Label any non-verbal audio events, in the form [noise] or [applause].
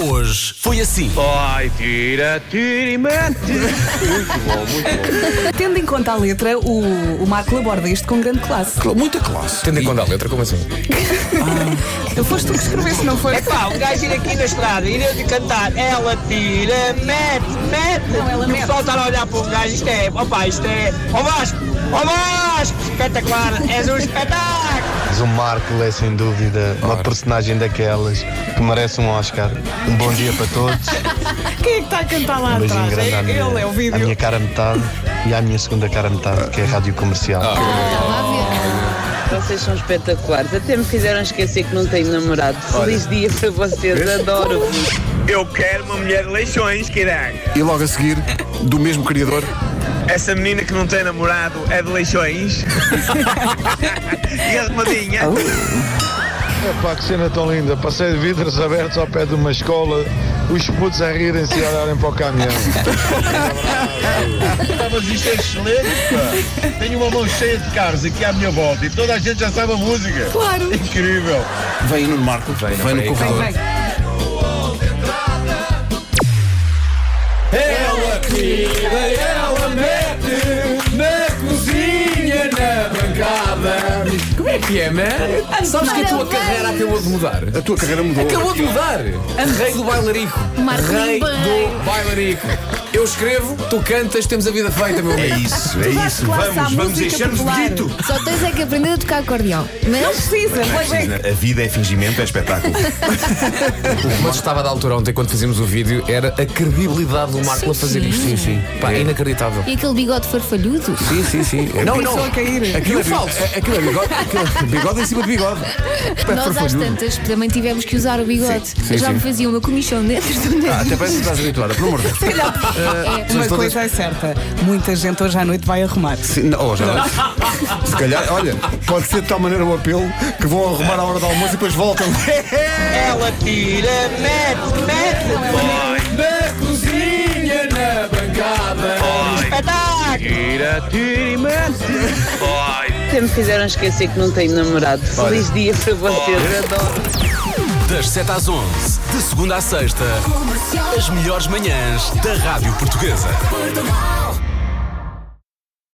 hoje foi assim. Ai, tira, tira e mete. Muito bom, muito bom. Tendo em conta a letra, o, o Marco aborda isto com grande classe. Muita classe. Tendo em conta a letra, como assim? Eu foste tu que escreveste, não foi? Pá, um gajo ir aqui na estrada, ir eu de cantar, ela tira, mete, mete. Não, ela e o mete. pessoal estar a olhar para o gajo, isto é, opá, isto é, ó Vasco, ó Vasco, espetacular, és um espetáculo. Mas o Marco é sem dúvida uma personagem daquelas que merece um Oscar. Um bom dia para [laughs] todos, Quem é que está a cantar lá um beijinho atrás? grande à É ele, é o minha, à vídeo. minha cara metade e à minha segunda cara metade, que é a rádio comercial. Vocês são espetaculares. Até me fizeram esquecer que não tenho namorado. Feliz dia para vocês. Adoro-vos. Eu quero uma mulher de leixões, caralho. E logo a seguir, do mesmo criador, Essa menina que não tem namorado é de leixões. e arrumadinha. Epá, que cena tão linda. Passei de vidros abertos ao pé de uma escola, os putos a rirem-se e a olharem para o caminhão. Mas isto é excelente, pá. Tenho uma mão cheia de carros aqui à minha volta e toda a gente já sabe a música. Claro. Incrível. vem no Marco, vem, no corredor. Bem, bem. Ela tira, ela mete na cozinha, na bancada. Como é que é, man? Sabes que a tua carreira acabou de mudar? A tua carreira mudou. Acabou de mudar! Rei do bailarico! Marco Rei Ribeiro. do bailarico! Eu escrevo, tu cantas, temos a vida feita, meu amigo! isso, é Dás classe à música popular. Só tens é que aprender a tocar acordeão. Não Mas precisa, playback. A vida é fingimento, é espetáculo. O que estava da altura ontem quando fazíamos o vídeo era a credibilidade do Marco Sim, a fazer sim. isto. Sim, sim. Pá, inacreditável. e aquele bigode farfalhudo? Sim, sim, sim. É. Não, não. Só a cair. Aquilo é falso. Aquilo é bigode, aquilo é bigode em cima de bigode. Pé Nós às farfalhudo. tantas também tivemos que usar o bigode. Sim, Eu já sim. me fazia uma comichão dentro do nariz. Ah, até parece que estás habituada, pelo amor de Deus. Uma coisa é certa, muita gente hoje à noite vai arrumar. Sim, não, oh, já não. Se calhar, olha, pode ser de tal maneira o apelo que vão arrumar à hora do almoço e depois voltam. [laughs] Ela tira, mete, mete, Na cozinha, na bancada. espetáculo. Tira, tira e mete. Ai, Até me fizeram esquecer que não tenho namorado. Feliz dia para vocês. Adoro. Das 7 às 11, de segunda à sexta, as melhores manhãs da Rádio Portuguesa. Portugal.